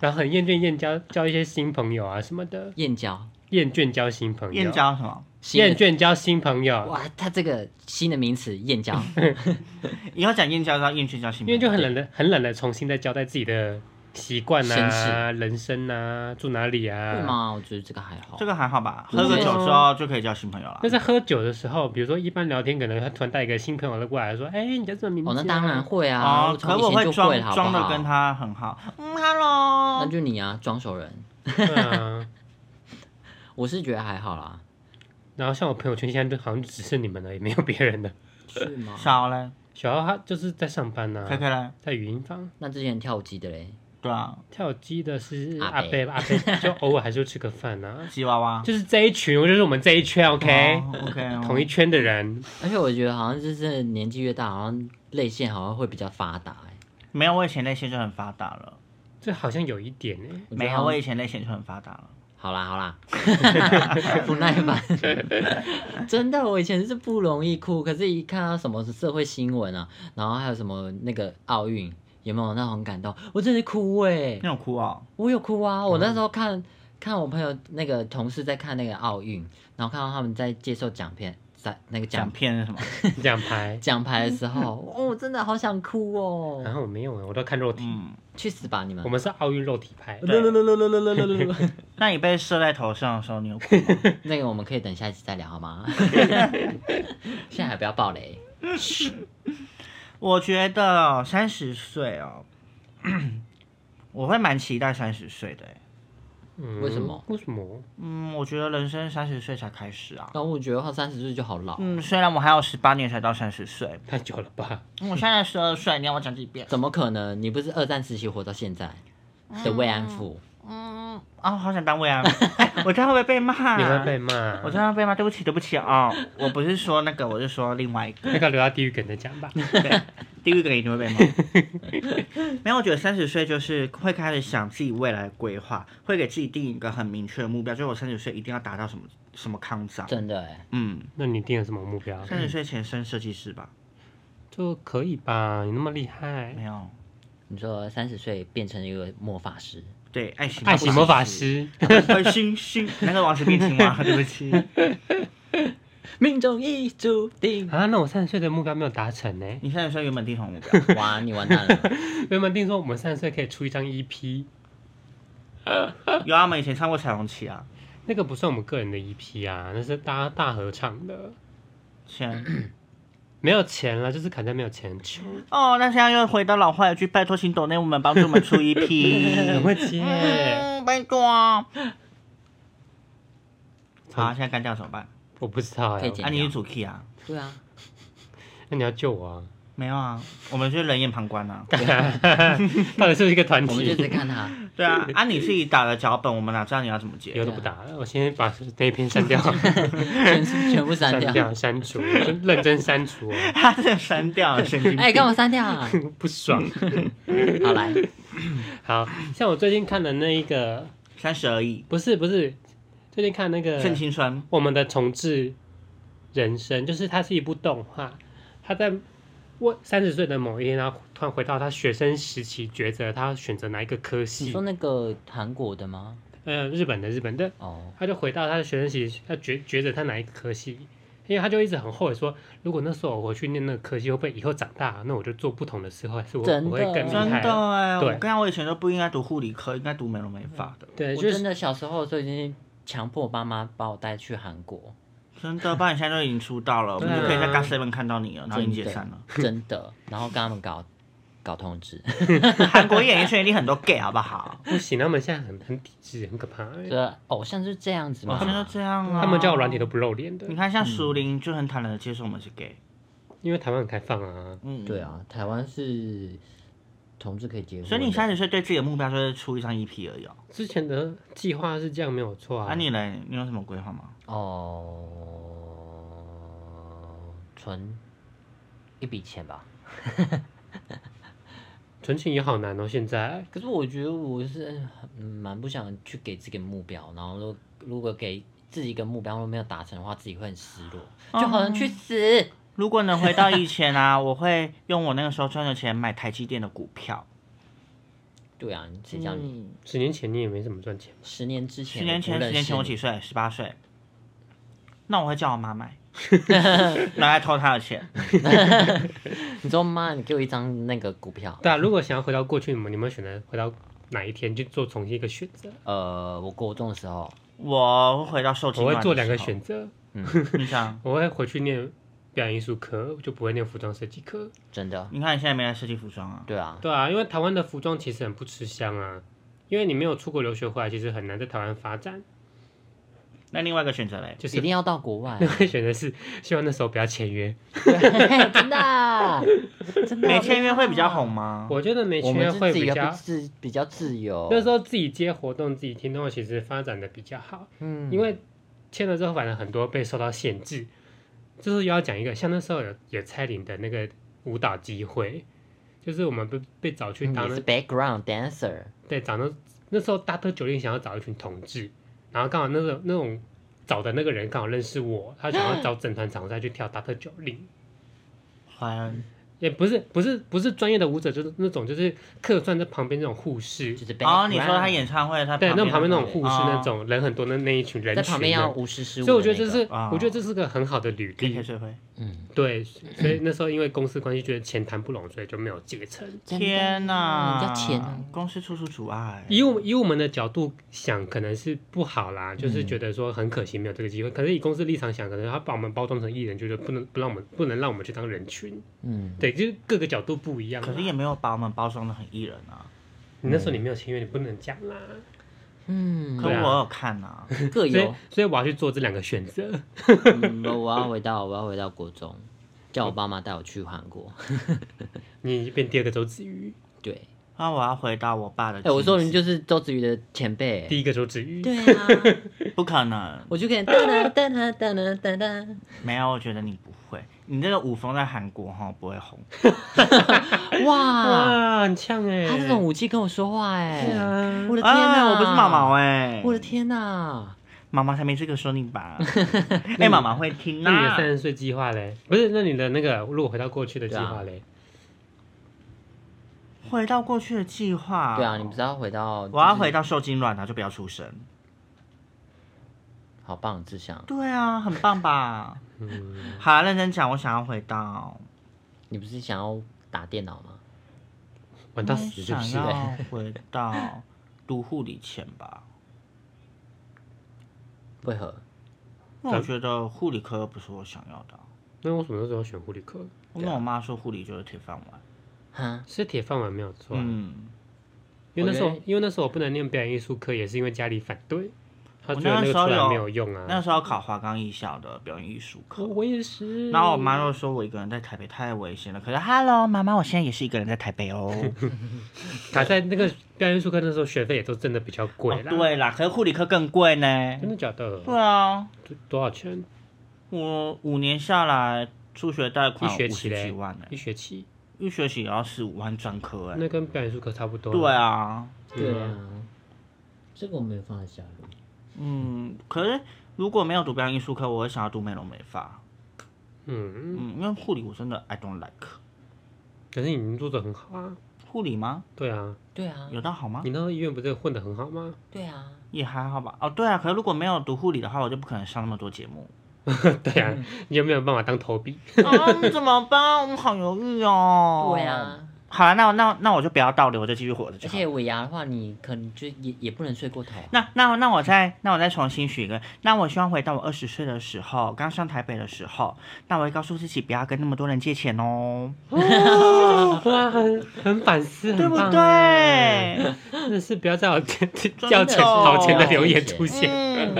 [SPEAKER 1] 然后很厌倦厌交交一些新朋友啊什么的，
[SPEAKER 3] 燕郊
[SPEAKER 1] 厌倦交新朋友，
[SPEAKER 2] 燕郊什么？
[SPEAKER 3] 新的
[SPEAKER 1] 厌倦交新朋友，
[SPEAKER 3] 哇，他这个新的名词 燕郊，
[SPEAKER 2] 以后讲燕郊叫燕去交新
[SPEAKER 1] 因为就很懒得很懒得重新再交代自己的习惯
[SPEAKER 3] 绅
[SPEAKER 1] 啊、
[SPEAKER 3] 士
[SPEAKER 1] 人生啊、住哪里
[SPEAKER 3] 对
[SPEAKER 1] 啊。
[SPEAKER 3] 哎吗？我觉得这个还好
[SPEAKER 2] 这。个还好吧，
[SPEAKER 3] 对
[SPEAKER 2] 喝个酒之后就可以交新朋友了
[SPEAKER 1] 但。是喝酒的时候，比如说一般聊天，可能他突然带一个新朋友过来说：“哎、你叫什么名字、
[SPEAKER 3] 哦
[SPEAKER 1] 啊？”，
[SPEAKER 3] 那当然会啊，
[SPEAKER 2] 哦
[SPEAKER 3] 我，从
[SPEAKER 2] 可我
[SPEAKER 3] 以前
[SPEAKER 2] 会
[SPEAKER 3] 就
[SPEAKER 2] 装
[SPEAKER 3] 会了，好不
[SPEAKER 2] 装的
[SPEAKER 3] 好？
[SPEAKER 2] 跟他很好。嗯
[SPEAKER 3] 那
[SPEAKER 2] ，Hello，
[SPEAKER 3] 就你啊，装熟人。
[SPEAKER 1] 对啊。
[SPEAKER 3] 我是觉得还 好啦，
[SPEAKER 1] 然后像我朋友圈现在就好像只剩你们了，也没有别人了。
[SPEAKER 3] 是吗？
[SPEAKER 2] 少嘞，
[SPEAKER 1] 小浩他就是在上班呐、
[SPEAKER 2] 可以可以嘞，
[SPEAKER 1] 在语音房
[SPEAKER 3] 那之前跳舞机的嘞，
[SPEAKER 2] 对啊，
[SPEAKER 1] 跳机的是
[SPEAKER 3] 阿
[SPEAKER 1] 阿贝，阿贝 就偶尔还是会吃个饭呐、
[SPEAKER 2] 吉娃娃。
[SPEAKER 1] 就是这一群，就是我们这一圈，OK，、
[SPEAKER 2] 哦 OK，
[SPEAKER 1] 同一圈的人，
[SPEAKER 3] 而且我觉得好像就是年纪越大，好像泪腺好像会比较发达哎、
[SPEAKER 2] 没有，我以前内线就很发达了。
[SPEAKER 1] 这好像有一点哎、
[SPEAKER 3] 我觉得
[SPEAKER 2] 没有，
[SPEAKER 3] 好
[SPEAKER 2] 我
[SPEAKER 3] 像
[SPEAKER 2] 以前内线就很发达了。
[SPEAKER 3] 好啦好啦， 不耐烦。真的，我以前是不容易哭，可是一看到什么社会新闻啊，然后还有什么那个奥运，有没有那种感动？我真的哭哎、
[SPEAKER 2] 那种哭哦，
[SPEAKER 3] 我有哭啊！我那时候看、看我朋友那个同事在看那个奥运，然后看到他们在接受奖片，在那个
[SPEAKER 2] 讲
[SPEAKER 3] 奖
[SPEAKER 2] 片是 什么？
[SPEAKER 1] 这样拍。
[SPEAKER 3] 奖牌的时候，哦，我真的好想哭
[SPEAKER 1] 然
[SPEAKER 3] 哦！
[SPEAKER 1] 后我没有哎、我都看肉体，
[SPEAKER 2] 嗯，
[SPEAKER 3] 去死吧你们
[SPEAKER 1] 我！们是奥运肉体拍。
[SPEAKER 2] 对
[SPEAKER 3] 那
[SPEAKER 2] 那你被射在头上的时候，你有哭吗？
[SPEAKER 3] 个我们可以等下一集再聊好 吗？现在还不要爆雷，
[SPEAKER 2] 我觉得三十岁哦， 我会蛮期待三十岁的欸。
[SPEAKER 1] 嗯
[SPEAKER 3] 为什么？
[SPEAKER 1] 为什么？
[SPEAKER 2] 嗯，我觉得人生三十岁才开始啊。
[SPEAKER 3] 但我觉得他三十岁就好老，
[SPEAKER 2] 嗯，虽然我还有十八年才到三十岁，
[SPEAKER 1] 太久了吧？
[SPEAKER 2] 嗯我 现在十二岁，你要我讲几遍？
[SPEAKER 3] 怎么可能？你不是二战时期活到现在的慰安妇？
[SPEAKER 2] 嗯，啊，好想当慰安 妇， 哎我这样会不会被骂？
[SPEAKER 3] 啊
[SPEAKER 1] 你会被骂。
[SPEAKER 2] 我这样会被骂，对不起，对不起啊、我不是说那个，我是说另外一个。
[SPEAKER 1] 那个留到地狱梗再讲吧。
[SPEAKER 2] 对，地狱梗一定会被骂。没有，我觉得三十岁就是会开始想自己未来的规划，会给自己定一个很明确的目标，就是我三十岁一定要达到什么什么康长。
[SPEAKER 3] 真的哎，
[SPEAKER 2] 嗯，
[SPEAKER 1] 那你定了什么目标？
[SPEAKER 2] 三十岁前升设计师吧？
[SPEAKER 1] 就可以吧？你那么厉害
[SPEAKER 2] 没，有，
[SPEAKER 3] 你说三十岁变成一个魔法师，
[SPEAKER 2] 对，爱情
[SPEAKER 1] 爱情魔法
[SPEAKER 2] 师，
[SPEAKER 1] 师。
[SPEAKER 2] 呃星星，那个王子变青蛙，对不起。
[SPEAKER 3] 命中已注定。
[SPEAKER 1] 啊，那我三十岁的目标没有达成呢。
[SPEAKER 2] 你三十岁原本定什么目标？
[SPEAKER 3] 哇，你完蛋了！
[SPEAKER 1] E 原本定说我们三十岁可以出一张 EP，
[SPEAKER 2] 有啊，我们以前唱过《彩虹旗》啊，
[SPEAKER 1] 那个不算我们个人的 EP 啊，那是大家大合唱的，
[SPEAKER 2] 前
[SPEAKER 1] 没有钱了，就是砍在没有钱求，
[SPEAKER 2] 哦，那现在又回到老话一句，拜托请抖内我们帮助我们出一
[SPEAKER 1] 很
[SPEAKER 2] 批，
[SPEAKER 1] 会接。
[SPEAKER 2] 嗯，拜托。好，现在干掉怎么办？
[SPEAKER 1] 我不知道哎、
[SPEAKER 3] 可以剪
[SPEAKER 2] 啊，你是主 key 啊？
[SPEAKER 3] 对啊，
[SPEAKER 1] 那你要救我 啊！
[SPEAKER 2] 没有啊，我们就是冷眼旁观啊。
[SPEAKER 1] 到底是不是一个团
[SPEAKER 3] 我们就
[SPEAKER 1] 体？
[SPEAKER 3] 只看他。
[SPEAKER 2] 对 啊，啊，你自己打了脚本，我们哪知道你要怎么
[SPEAKER 1] 以后
[SPEAKER 2] 解？
[SPEAKER 1] 都不打了，我先把那一篇删 掉，
[SPEAKER 3] 全 全部删
[SPEAKER 1] 删
[SPEAKER 3] 掉。
[SPEAKER 1] 掉，删除，就认真删除、哦，
[SPEAKER 2] 他这删掉了，神经 病。
[SPEAKER 3] 哎，干嘛删掉 啊？
[SPEAKER 1] 不爽。
[SPEAKER 3] 好 来，
[SPEAKER 1] 好像我最近看的那一个，
[SPEAKER 2] 三十而已，
[SPEAKER 1] 不是不是，最近看那个
[SPEAKER 2] 正青春。
[SPEAKER 1] 我们的重置人生，就是它是一部动画，他在我三十岁的某一天，然后突然回到他学生时期，抉择他选择哪一个科
[SPEAKER 3] 你
[SPEAKER 1] 系
[SPEAKER 3] 说，那个韩国的吗？
[SPEAKER 1] 呃，日本的日本的，
[SPEAKER 3] 哦，
[SPEAKER 1] 他就回到他的学生时期，他抉抉择他哪一个科系，因为他就一直很后悔说，如果那时候我回去念那个科系，会不会以后长大，那我就做不同的事，或者是我
[SPEAKER 3] 真的
[SPEAKER 1] 我会更厉
[SPEAKER 2] 真
[SPEAKER 1] 害？
[SPEAKER 2] 的哎，我
[SPEAKER 1] 对
[SPEAKER 2] 刚刚我以前都不应该读护理科，应该读美容美发的。
[SPEAKER 1] 对，啊
[SPEAKER 3] 我
[SPEAKER 1] 就
[SPEAKER 3] 真
[SPEAKER 1] 是
[SPEAKER 3] 的小时候就已经强迫爸妈把我带去韩国，
[SPEAKER 2] 真的，不然你现在都已经出道了，
[SPEAKER 1] 啊
[SPEAKER 2] 我们就可以在 g o s e v e n 看到你了，然后已经解散了。
[SPEAKER 3] 真的。然后跟他们搞搞通知，
[SPEAKER 2] 韩国演艺圈一定很多 gay，好 不好？
[SPEAKER 1] 不行，他们现在很很抵制，很可怕、欸
[SPEAKER 3] 这偶啊哦像就是这样子嘛
[SPEAKER 2] 他。们都这样啊。
[SPEAKER 1] 他们叫软体都不露脸的嗯
[SPEAKER 2] 你，看，像熟龄就很坦然的接受我们是 gay。
[SPEAKER 1] 因为台湾很开放啊。
[SPEAKER 2] 嗯，
[SPEAKER 3] 对。啊，台湾是同志可以结婚的，
[SPEAKER 2] 所以你三十岁对自己的目标就是出一张 EP 而已哦。
[SPEAKER 1] 之前的计划是这样，没有错啊。
[SPEAKER 2] 啊，你嘞，你有什么规划吗？
[SPEAKER 3] 哦，存一笔钱吧。
[SPEAKER 1] 存钱也好难哦，现在
[SPEAKER 3] 可是我觉得我是嗯蛮不想去给自己目标，然后如如果给自己一个目标如果没有达成的话，自己会很失落，
[SPEAKER 2] 哦
[SPEAKER 3] 就好像去死。
[SPEAKER 2] 如果能回到以前啊， 我会用我那个时候赚的钱买台积电的股票。
[SPEAKER 3] 对啊，谁叫你、
[SPEAKER 2] 嗯
[SPEAKER 1] 十年前你也没怎么赚钱，
[SPEAKER 3] 十年之前
[SPEAKER 2] 十年前，
[SPEAKER 3] 我不
[SPEAKER 2] 十
[SPEAKER 3] 认识
[SPEAKER 2] 年前我
[SPEAKER 3] 你
[SPEAKER 2] 几岁？十八岁。那我会叫我 妈买，拿来偷她的钱。
[SPEAKER 3] 你说妈，你给我一张那个股票，
[SPEAKER 1] 对啊。如果想要回到过去，你们你们选择回到哪一天去做重新一个选择？
[SPEAKER 3] 呃，我国中的时候，
[SPEAKER 2] 我会回到受精
[SPEAKER 1] 我
[SPEAKER 2] 卵。
[SPEAKER 1] 会做两个选，择，
[SPEAKER 2] 你想，
[SPEAKER 1] 我会回去念表演艺术科，我就不会念服装设计科。
[SPEAKER 3] 真的，
[SPEAKER 2] 你看你现在没来设计服装啊？
[SPEAKER 3] 对啊，
[SPEAKER 1] 对啊，因为台湾的服装其实很不吃香啊，因为你没有出国留学回来，其实很难在台湾发展。
[SPEAKER 2] 那另外一个选择嘞？
[SPEAKER 1] 就是
[SPEAKER 3] 一定要到国外啊、
[SPEAKER 1] 那 会选择是希望那时候不要签约，
[SPEAKER 3] 对真的啊，真的啊
[SPEAKER 2] 没签约会比较红。吗？
[SPEAKER 1] 我觉得没
[SPEAKER 3] 哦我
[SPEAKER 1] 签
[SPEAKER 3] 们
[SPEAKER 1] 约
[SPEAKER 3] 自
[SPEAKER 1] 会
[SPEAKER 3] 己
[SPEAKER 1] 比
[SPEAKER 3] 也不
[SPEAKER 1] 较。
[SPEAKER 3] 自比较自由，
[SPEAKER 1] 那时候自己接活动、自己听众，其实发展的比较好。
[SPEAKER 3] 嗯，
[SPEAKER 1] 因为签了之后，反正很多被受到限制。就是又要讲一个，像那时候有有蔡琳的那个舞蹈机会，就是我们被被找去
[SPEAKER 3] 嗯
[SPEAKER 1] 当
[SPEAKER 3] 你
[SPEAKER 1] 那、
[SPEAKER 3] 是 background dancer，
[SPEAKER 1] 对找那那时候大特九令想要找一群同志，然后刚好那个那种找的那个人刚好认识我，他想要找整团长再去跳大特九令，
[SPEAKER 2] 怀恩，
[SPEAKER 1] 也不是不是不是专业的舞者，就是那种就是客串在旁边那种护士
[SPEAKER 3] 就，是 background。
[SPEAKER 2] 哦，你说他演唱会，他
[SPEAKER 1] 啊对，那种旁边那种护
[SPEAKER 2] 护
[SPEAKER 1] 士那种人很多的那一群人
[SPEAKER 3] 在
[SPEAKER 1] 群，
[SPEAKER 3] 旁边要，无视失误、
[SPEAKER 1] 所以我觉得这是、
[SPEAKER 2] 哦
[SPEAKER 1] 我觉得这是个很好的履
[SPEAKER 2] 给
[SPEAKER 1] 历
[SPEAKER 2] 谁，谁会？
[SPEAKER 3] 嗯，
[SPEAKER 1] 对，所以那时候因为公司关系，觉得钱谈不拢，所以就没有结成。
[SPEAKER 2] 天哪！
[SPEAKER 3] 哪，要钱啊！
[SPEAKER 2] 公司处处阻碍。
[SPEAKER 1] 以我以我们的角度想，可能是不好啦，就是觉得说很可惜没有这个机会。可是以公司立场想，可能他把我们包装成艺人，觉得不能不让我们不能让我们去当人群。
[SPEAKER 3] 嗯，
[SPEAKER 1] 对，就是各个角度不一样啦。
[SPEAKER 2] 可是也没有把我们包装的很艺人啊。
[SPEAKER 1] 你那时候你没有签约，你不能讲啦。
[SPEAKER 3] 嗯，
[SPEAKER 2] 可
[SPEAKER 1] 对啊
[SPEAKER 2] 我有看呐、
[SPEAKER 3] 各
[SPEAKER 1] 所以
[SPEAKER 3] 有。
[SPEAKER 1] 所以我要去做这两个选择。
[SPEAKER 3] 嗯我要回到我要回到国中，叫我爸妈带我去韩国。
[SPEAKER 1] 你变第二个周子瑜，
[SPEAKER 3] 对，
[SPEAKER 2] 那、我要回答我爸的。
[SPEAKER 3] 哎、我说你就是周子瑜的前辈、
[SPEAKER 1] 第一个周子瑜。
[SPEAKER 3] 对啊，
[SPEAKER 2] 不可能，
[SPEAKER 3] 我就可以哒哒哒哒哒哒哒哒。
[SPEAKER 2] 没有，我觉得你不会。你这个舞风在韩国哈不会红，
[SPEAKER 3] 哇，
[SPEAKER 1] 哇，很呛哎、
[SPEAKER 3] 他这种武器跟我说话哎、
[SPEAKER 1] 对啊
[SPEAKER 3] 我的天
[SPEAKER 2] 哎，
[SPEAKER 3] 哪、
[SPEAKER 2] 我不是毛毛，哎、
[SPEAKER 3] 我的天哪、
[SPEAKER 2] 妈妈才没这个说你 吧？哎、妈妈会听
[SPEAKER 1] 那你的
[SPEAKER 2] 啊
[SPEAKER 1] 三。十岁计划嘞？不是，那你的那个如果回到过去的计划嘞？
[SPEAKER 2] 回到过去的计划，
[SPEAKER 3] 对啊，你不是要回到、
[SPEAKER 2] 我要
[SPEAKER 3] 就是
[SPEAKER 2] 回到受精卵啊，就不要出生。
[SPEAKER 3] 好棒的志向，
[SPEAKER 2] 对啊，很棒吧？
[SPEAKER 1] 嗯。
[SPEAKER 2] 好啊，认真讲，我想要回到，
[SPEAKER 3] 你不是想要打电脑吗？
[SPEAKER 1] 玩到死是不哎
[SPEAKER 2] 想
[SPEAKER 1] 是？
[SPEAKER 2] 要回到读护理前 吧，
[SPEAKER 3] 为何？
[SPEAKER 2] 因为我觉得护理科不是我想要的啊。
[SPEAKER 1] 那我什么时候要选护理科？
[SPEAKER 2] 我跟我妈说护理就是铁饭碗。
[SPEAKER 3] 哈，
[SPEAKER 1] 是铁饭碗没有错啊、
[SPEAKER 2] 嗯，
[SPEAKER 1] 因为那时
[SPEAKER 3] 我
[SPEAKER 1] 候
[SPEAKER 3] 觉得
[SPEAKER 1] 因为那时候我不能念表演艺术课，也是因为家里反对，他
[SPEAKER 2] 我
[SPEAKER 1] 觉得
[SPEAKER 2] 那
[SPEAKER 1] 那个
[SPEAKER 2] 时候
[SPEAKER 1] 出来
[SPEAKER 2] 有
[SPEAKER 1] 没有用啊。
[SPEAKER 2] 那时候考华冈艺校的表演艺术
[SPEAKER 1] 我
[SPEAKER 2] 课。
[SPEAKER 1] 我也是。
[SPEAKER 2] 然后我妈就说我一个人在台北太危险了。可是，Hello，妈妈，我现在也是一个人在台 北哦。
[SPEAKER 1] 卡在那个表演艺术课那时候学费也都真的比较贵
[SPEAKER 2] 哦
[SPEAKER 1] 啦。
[SPEAKER 2] 对啦，可是护理科更贵呢。
[SPEAKER 1] 真的假的？
[SPEAKER 2] 对啊，
[SPEAKER 1] 多多少钱？
[SPEAKER 2] 我五年下来，助学贷
[SPEAKER 1] 一
[SPEAKER 2] 款
[SPEAKER 1] 学
[SPEAKER 2] 五
[SPEAKER 1] 期
[SPEAKER 2] 十几
[SPEAKER 1] 嘞
[SPEAKER 2] 万呢、？
[SPEAKER 1] 一学期？
[SPEAKER 2] 一学期也要十五万专科哎、
[SPEAKER 1] 那跟表演艺术课差不多。
[SPEAKER 2] 对，啊，
[SPEAKER 3] 对啊，这个我没有放在下入。
[SPEAKER 2] 嗯，可是如果没有读表演艺术科，我会想要读美容美发。
[SPEAKER 1] 嗯，
[SPEAKER 2] 嗯，因为护理我真的 I don't like。
[SPEAKER 1] 可是你们做的很好啊。
[SPEAKER 2] 护理吗？
[SPEAKER 1] 对啊，
[SPEAKER 3] 对啊，
[SPEAKER 2] 有到好吗？
[SPEAKER 1] 你那时候医院不是混的很好 吗？
[SPEAKER 3] 对啊，
[SPEAKER 2] 也还好吧。哦，对啊，可是如果没有读护理的话，我就不可能上那么多节 目。
[SPEAKER 1] 对啊，你有没有办法当投 币？
[SPEAKER 2] 啊，怎么办？我好犹豫哦。
[SPEAKER 3] 对。啊。
[SPEAKER 2] 好了，那那那我就不要倒流，我就继续活着
[SPEAKER 3] 而
[SPEAKER 2] 就好
[SPEAKER 3] 且。尾牙的话，你可能就也也不能睡过头啊。
[SPEAKER 2] 那那那我再那我再重新许一个，那我希望回到我二十岁的时候，刚上台北的时候，那我会告诉自己不要跟那么多人借钱哦，
[SPEAKER 1] 哇，很很反思，
[SPEAKER 2] 对
[SPEAKER 1] 很
[SPEAKER 2] 不
[SPEAKER 1] 棒哎。
[SPEAKER 3] 欸
[SPEAKER 2] 对？
[SPEAKER 1] 真的是不要再有
[SPEAKER 2] 的
[SPEAKER 1] 叫钱
[SPEAKER 2] 哦
[SPEAKER 1] 讨钱的留言出现。
[SPEAKER 2] 嗯，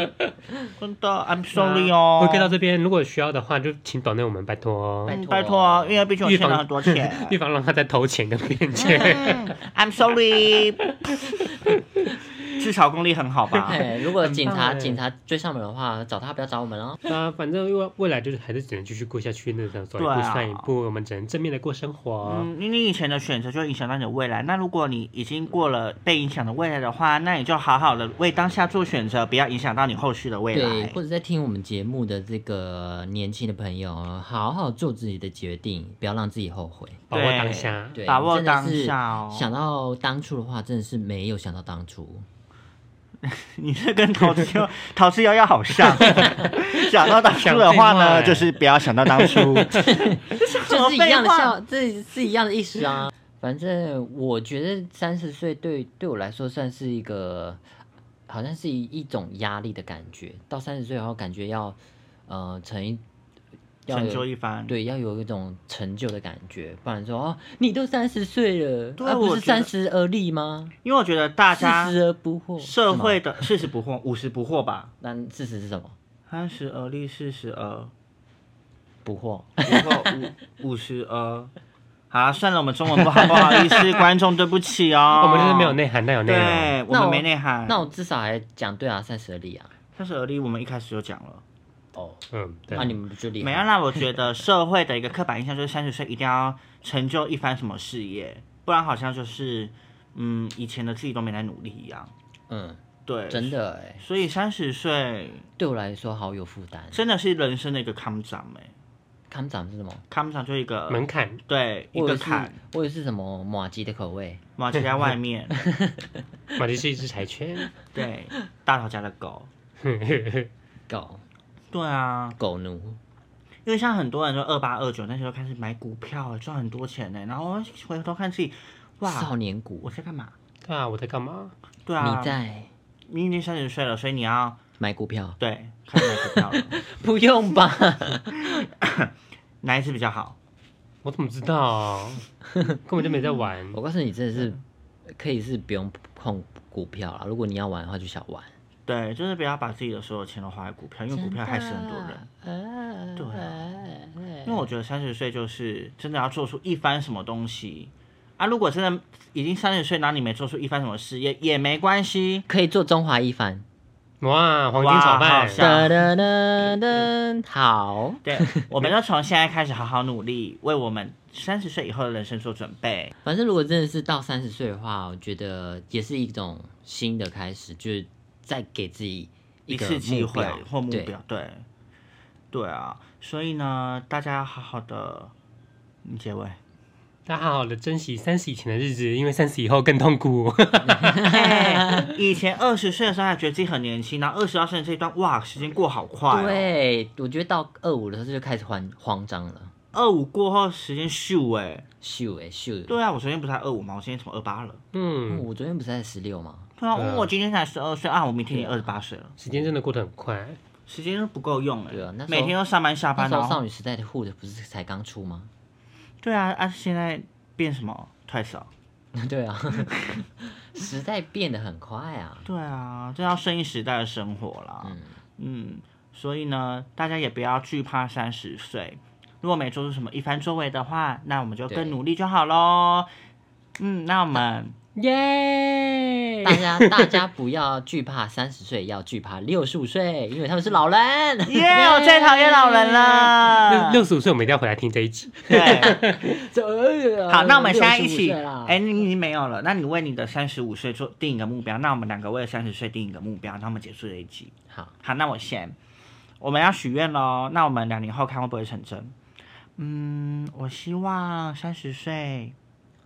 [SPEAKER 2] 真的，I'm sorry 哦。
[SPEAKER 1] 啊会看到这边，如果需要的话，就请抖内我们拜托哦，
[SPEAKER 2] 嗯拜托哦，因为毕竟我
[SPEAKER 1] 预
[SPEAKER 2] 欠了
[SPEAKER 1] 防
[SPEAKER 2] 很多钱。
[SPEAKER 1] 预防让他再偷钱跟骗 钱。
[SPEAKER 2] 嗯 I'm sorry，至少功力很好吧？
[SPEAKER 3] 哎， 如果警察
[SPEAKER 1] 很棒
[SPEAKER 2] 欸
[SPEAKER 1] 哎
[SPEAKER 3] 警察追上门的话，找他不要找我们哦。
[SPEAKER 1] 那啊反正未未来就是还是只能继续过下去，那这样走一
[SPEAKER 2] 对
[SPEAKER 1] 步
[SPEAKER 2] 啊
[SPEAKER 1] 算一步，我们只能正面的过生活。
[SPEAKER 2] 嗯，你你以前的选择就影响到你的未来。那如果你已经过了被影响的未来的话，那你就好好的为当下做选择，不要影响到你后续的未
[SPEAKER 3] 对，
[SPEAKER 2] 来
[SPEAKER 3] 或。者在听我们节目的这个年轻的朋友，好好做自己的决定，不要让自己后悔。
[SPEAKER 1] 把握
[SPEAKER 2] 对
[SPEAKER 1] 当下，
[SPEAKER 3] 对，
[SPEAKER 2] 把握
[SPEAKER 3] 真的
[SPEAKER 2] 当
[SPEAKER 3] 是
[SPEAKER 2] 下哦
[SPEAKER 3] 想到当初的话，真的是没有想到 当初。
[SPEAKER 2] 你这跟陶瓷优 陶瓷优要好 像。想到当初
[SPEAKER 1] 想
[SPEAKER 2] 的话
[SPEAKER 1] 废话欸
[SPEAKER 2] 呢，就是不要想到当 初。
[SPEAKER 3] 就是一样的
[SPEAKER 2] 什
[SPEAKER 3] 笑，这是一样的意思啊。反正我觉得三十岁对对我来说算是一个，好像是一一种压力的感觉。到三十岁后，感觉要呃成一要
[SPEAKER 2] 成就
[SPEAKER 3] 有
[SPEAKER 2] 一番。
[SPEAKER 3] 对要有一种成就的感觉，不然说哦你都三十岁了，
[SPEAKER 2] 对
[SPEAKER 3] 啊、不
[SPEAKER 2] 我觉
[SPEAKER 3] 是
[SPEAKER 2] 得
[SPEAKER 3] 三十而立吗？
[SPEAKER 2] 因为我觉得大
[SPEAKER 3] 四
[SPEAKER 2] 家
[SPEAKER 3] 十而不惑，
[SPEAKER 2] 社
[SPEAKER 3] 是吗
[SPEAKER 2] 会的四十不惑，五十不惑吧。
[SPEAKER 3] 那四十是什么？
[SPEAKER 2] 三十而立，四十而
[SPEAKER 3] 不惑。
[SPEAKER 2] 然后五五十呃，好、啊，算了，我们中文不好，不好意思，观众对不起哦。
[SPEAKER 1] 我们就是没有内涵，但有内容。
[SPEAKER 2] 对，我们没内涵。
[SPEAKER 3] 那我至少还讲对啊，三十而立啊。
[SPEAKER 2] 三十而立，我们一开始就讲了。
[SPEAKER 3] 哦，
[SPEAKER 1] 嗯，对
[SPEAKER 2] 啊
[SPEAKER 3] 那、，你们不就厉害？
[SPEAKER 2] 没有啦，我觉得社会的一个刻板印象就是三十岁一定要成就一番什么事业，不然好像就是嗯以前的自己都没来努力一样。
[SPEAKER 3] 嗯，
[SPEAKER 2] 对，
[SPEAKER 3] 真。的哎、
[SPEAKER 2] 所以三十岁
[SPEAKER 3] 对我来说好有负担。
[SPEAKER 2] 真的是人生的一个坎长哎，
[SPEAKER 3] 康长是什么？
[SPEAKER 2] 坎长就是一个
[SPEAKER 1] 门槛
[SPEAKER 2] 对一
[SPEAKER 3] 我以
[SPEAKER 2] 个
[SPEAKER 3] 为是
[SPEAKER 2] 坎，，
[SPEAKER 3] 我以为是什么马吉的口味。
[SPEAKER 2] 马蹄在外面，
[SPEAKER 1] 马迪是一只柴犬，
[SPEAKER 2] 对，大头家的狗，
[SPEAKER 3] 狗
[SPEAKER 2] 对啊，
[SPEAKER 3] 狗奴，
[SPEAKER 2] 因为像很多人都二八二九那时候开始买股票，赚很多钱呢，然后回头看自己，
[SPEAKER 3] 少
[SPEAKER 2] 哇，
[SPEAKER 3] 年
[SPEAKER 2] 我
[SPEAKER 3] 股，
[SPEAKER 2] 在干嘛？
[SPEAKER 1] 对啊，我在干嘛？
[SPEAKER 2] 对啊，
[SPEAKER 3] 你在
[SPEAKER 2] 你已经三十岁了，所以你要
[SPEAKER 3] 买股票？
[SPEAKER 2] 对开始买股票了，
[SPEAKER 3] 不用吧？
[SPEAKER 2] 哪一支比较好？
[SPEAKER 1] 我怎么知 道？根本就没在玩
[SPEAKER 2] 嗯
[SPEAKER 3] 我。告诉你，真的是可以是不用碰股票啦。如果你要玩的话，就小玩。
[SPEAKER 2] 对，就是不要把自己的所有钱都花在股票，因为股票害死很多人。
[SPEAKER 3] 人
[SPEAKER 2] 对啊
[SPEAKER 3] 对哎
[SPEAKER 2] 因为我觉得三十岁就是真的要做出一番什么东西啊！如果真的已经三十岁，然后你没做出一番什么事业也没关系，
[SPEAKER 3] 可以做中华一番。
[SPEAKER 1] 哇，黄金炒
[SPEAKER 2] 哇好
[SPEAKER 1] 饭，
[SPEAKER 2] 香
[SPEAKER 3] 噔噔噔噔，好，
[SPEAKER 2] 对，我们要从现在开始好好努力，为我们三十岁以后的人生做准备。
[SPEAKER 3] 反正如果真的是到三十岁的话，我觉得也是一种新的开始，就是再给自己
[SPEAKER 2] 一
[SPEAKER 3] 个
[SPEAKER 2] 次机
[SPEAKER 3] 目
[SPEAKER 2] 会
[SPEAKER 3] 标
[SPEAKER 2] 或目
[SPEAKER 3] 对
[SPEAKER 2] 标，对，对啊，所以呢，大家要好好的，嗯结 尾，
[SPEAKER 1] 大家好好的珍惜三十以前的日子，因为三十以后更痛苦。
[SPEAKER 2] 哎以前二十岁的时候还觉得自己很年轻，然后二十到三十这一段，哇，时间过好快、哦，
[SPEAKER 3] 对，我觉得到二五的时候就开始慌慌张了，
[SPEAKER 2] 二五过后时间咻哎、
[SPEAKER 3] 秀哎秀。
[SPEAKER 2] 对啊，我昨天不是才二五吗？我今天怎么二八了？
[SPEAKER 1] 嗯
[SPEAKER 3] 嗯，我昨天不是在十六吗？
[SPEAKER 2] 对啊，
[SPEAKER 1] 对啊
[SPEAKER 2] 问我今天才十二岁啊，我明天也二十八岁了，
[SPEAKER 1] 时间真的过得很快，
[SPEAKER 2] 时间都不够用哎、
[SPEAKER 3] 对啊那时候
[SPEAKER 2] 每天都上班下
[SPEAKER 3] 那
[SPEAKER 2] 班
[SPEAKER 3] 时候少
[SPEAKER 2] 哦。
[SPEAKER 3] 女时代的 Hood 不是才刚出吗？
[SPEAKER 2] 对啊，啊，现在变什么？太少。
[SPEAKER 3] 对啊，时代变得很快啊。
[SPEAKER 2] 对啊，这要顺应时代的生活啦。嗯所以呢，大家也不要惧怕三十岁。如果没做出什么一番作为的话，那我们就
[SPEAKER 3] 对
[SPEAKER 2] 更努力就好喽。嗯，那我 们
[SPEAKER 1] 耶
[SPEAKER 3] 大家大家不要惧怕三十岁，要惧怕六十五岁，因为他们是老人。
[SPEAKER 2] 耶我最讨厌老人了。
[SPEAKER 1] 六十五岁，我们一定要回来听这一集。
[SPEAKER 2] 对，
[SPEAKER 3] 这
[SPEAKER 2] 好，那我们现在一起，
[SPEAKER 3] 65岁啦
[SPEAKER 2] 哎、你已经没有了，那你为你的三十五岁做定一个目标，那我们两个为了三十岁定一个目标，那我们结束这一集。
[SPEAKER 3] 好，
[SPEAKER 2] 好，那我先，我们要许愿喽。那我们两年后看会不会成真？嗯，我希望三十岁，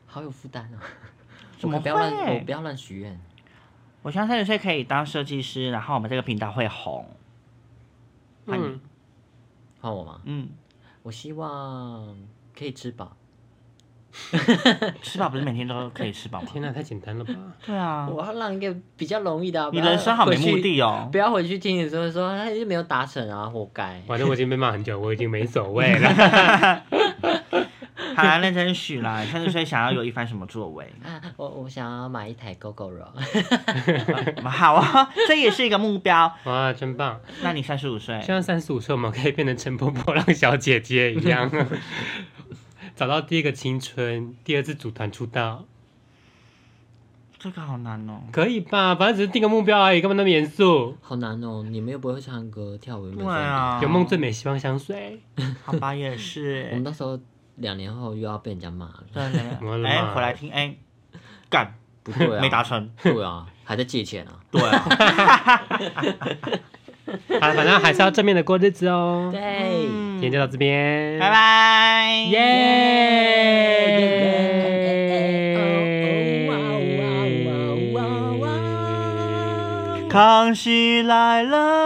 [SPEAKER 3] 好有负担哦。我
[SPEAKER 2] 怎么
[SPEAKER 3] 们不要乱，
[SPEAKER 2] 会
[SPEAKER 3] 我不要乱许愿。
[SPEAKER 2] 我希望三十岁可以当设计师，然后我们这个频道会红。
[SPEAKER 1] 嗯，
[SPEAKER 3] 换我吗？
[SPEAKER 2] 嗯，
[SPEAKER 3] 我希望可以吃饱。
[SPEAKER 2] 吃饱不是每天都可以吃饱 吗？
[SPEAKER 1] 天哪、太简单了吧？
[SPEAKER 2] 对啊，
[SPEAKER 3] 我要让一个比较容易的啊。
[SPEAKER 2] 你
[SPEAKER 3] 不要
[SPEAKER 2] 人生好没
[SPEAKER 3] 回去
[SPEAKER 2] 目的哦
[SPEAKER 3] 不。要回去听你说说，他就没有达成啊，活该。
[SPEAKER 1] 反正我已经被骂很久，我已经没所谓 了。
[SPEAKER 2] 好啦，认真许啦，三十岁想要有一番什么作为？
[SPEAKER 3] 啊，我我想要买一台 GoGoRo，
[SPEAKER 2] 好 啊、这也是一个目标。
[SPEAKER 1] 哇，真棒！
[SPEAKER 2] 那你三十五岁，
[SPEAKER 1] 希望三十五岁我们可以变成陈波波浪小姐姐一样， 找到第一个青春，第二次组团出道，
[SPEAKER 2] 这个好难哦。
[SPEAKER 1] 可以吧？反正只是定个目标而已，干嘛那么严肃？
[SPEAKER 3] 好难哦。你们又不会唱歌跳舞，又没
[SPEAKER 2] 对
[SPEAKER 3] 有
[SPEAKER 2] 啊，
[SPEAKER 1] 有梦最美，希望相随。
[SPEAKER 2] 好吧，也
[SPEAKER 3] 我们
[SPEAKER 2] 是。
[SPEAKER 3] 到时候两年后又要被人家骂了，
[SPEAKER 2] 对，
[SPEAKER 1] 怎么了
[SPEAKER 2] 哎，
[SPEAKER 1] 嘛
[SPEAKER 2] 回来听，哎，干，
[SPEAKER 3] 不会啊，
[SPEAKER 2] 没达 成。
[SPEAKER 3] 对啊，还在借钱啊，
[SPEAKER 2] 对啊，
[SPEAKER 1] 好，反正还是要正面的过日子哦。
[SPEAKER 3] 对，
[SPEAKER 1] 今天就到这边，
[SPEAKER 2] 嗯拜。拜，
[SPEAKER 1] 耶！
[SPEAKER 3] 哇哇哇哇哇哇
[SPEAKER 2] 康熙来了。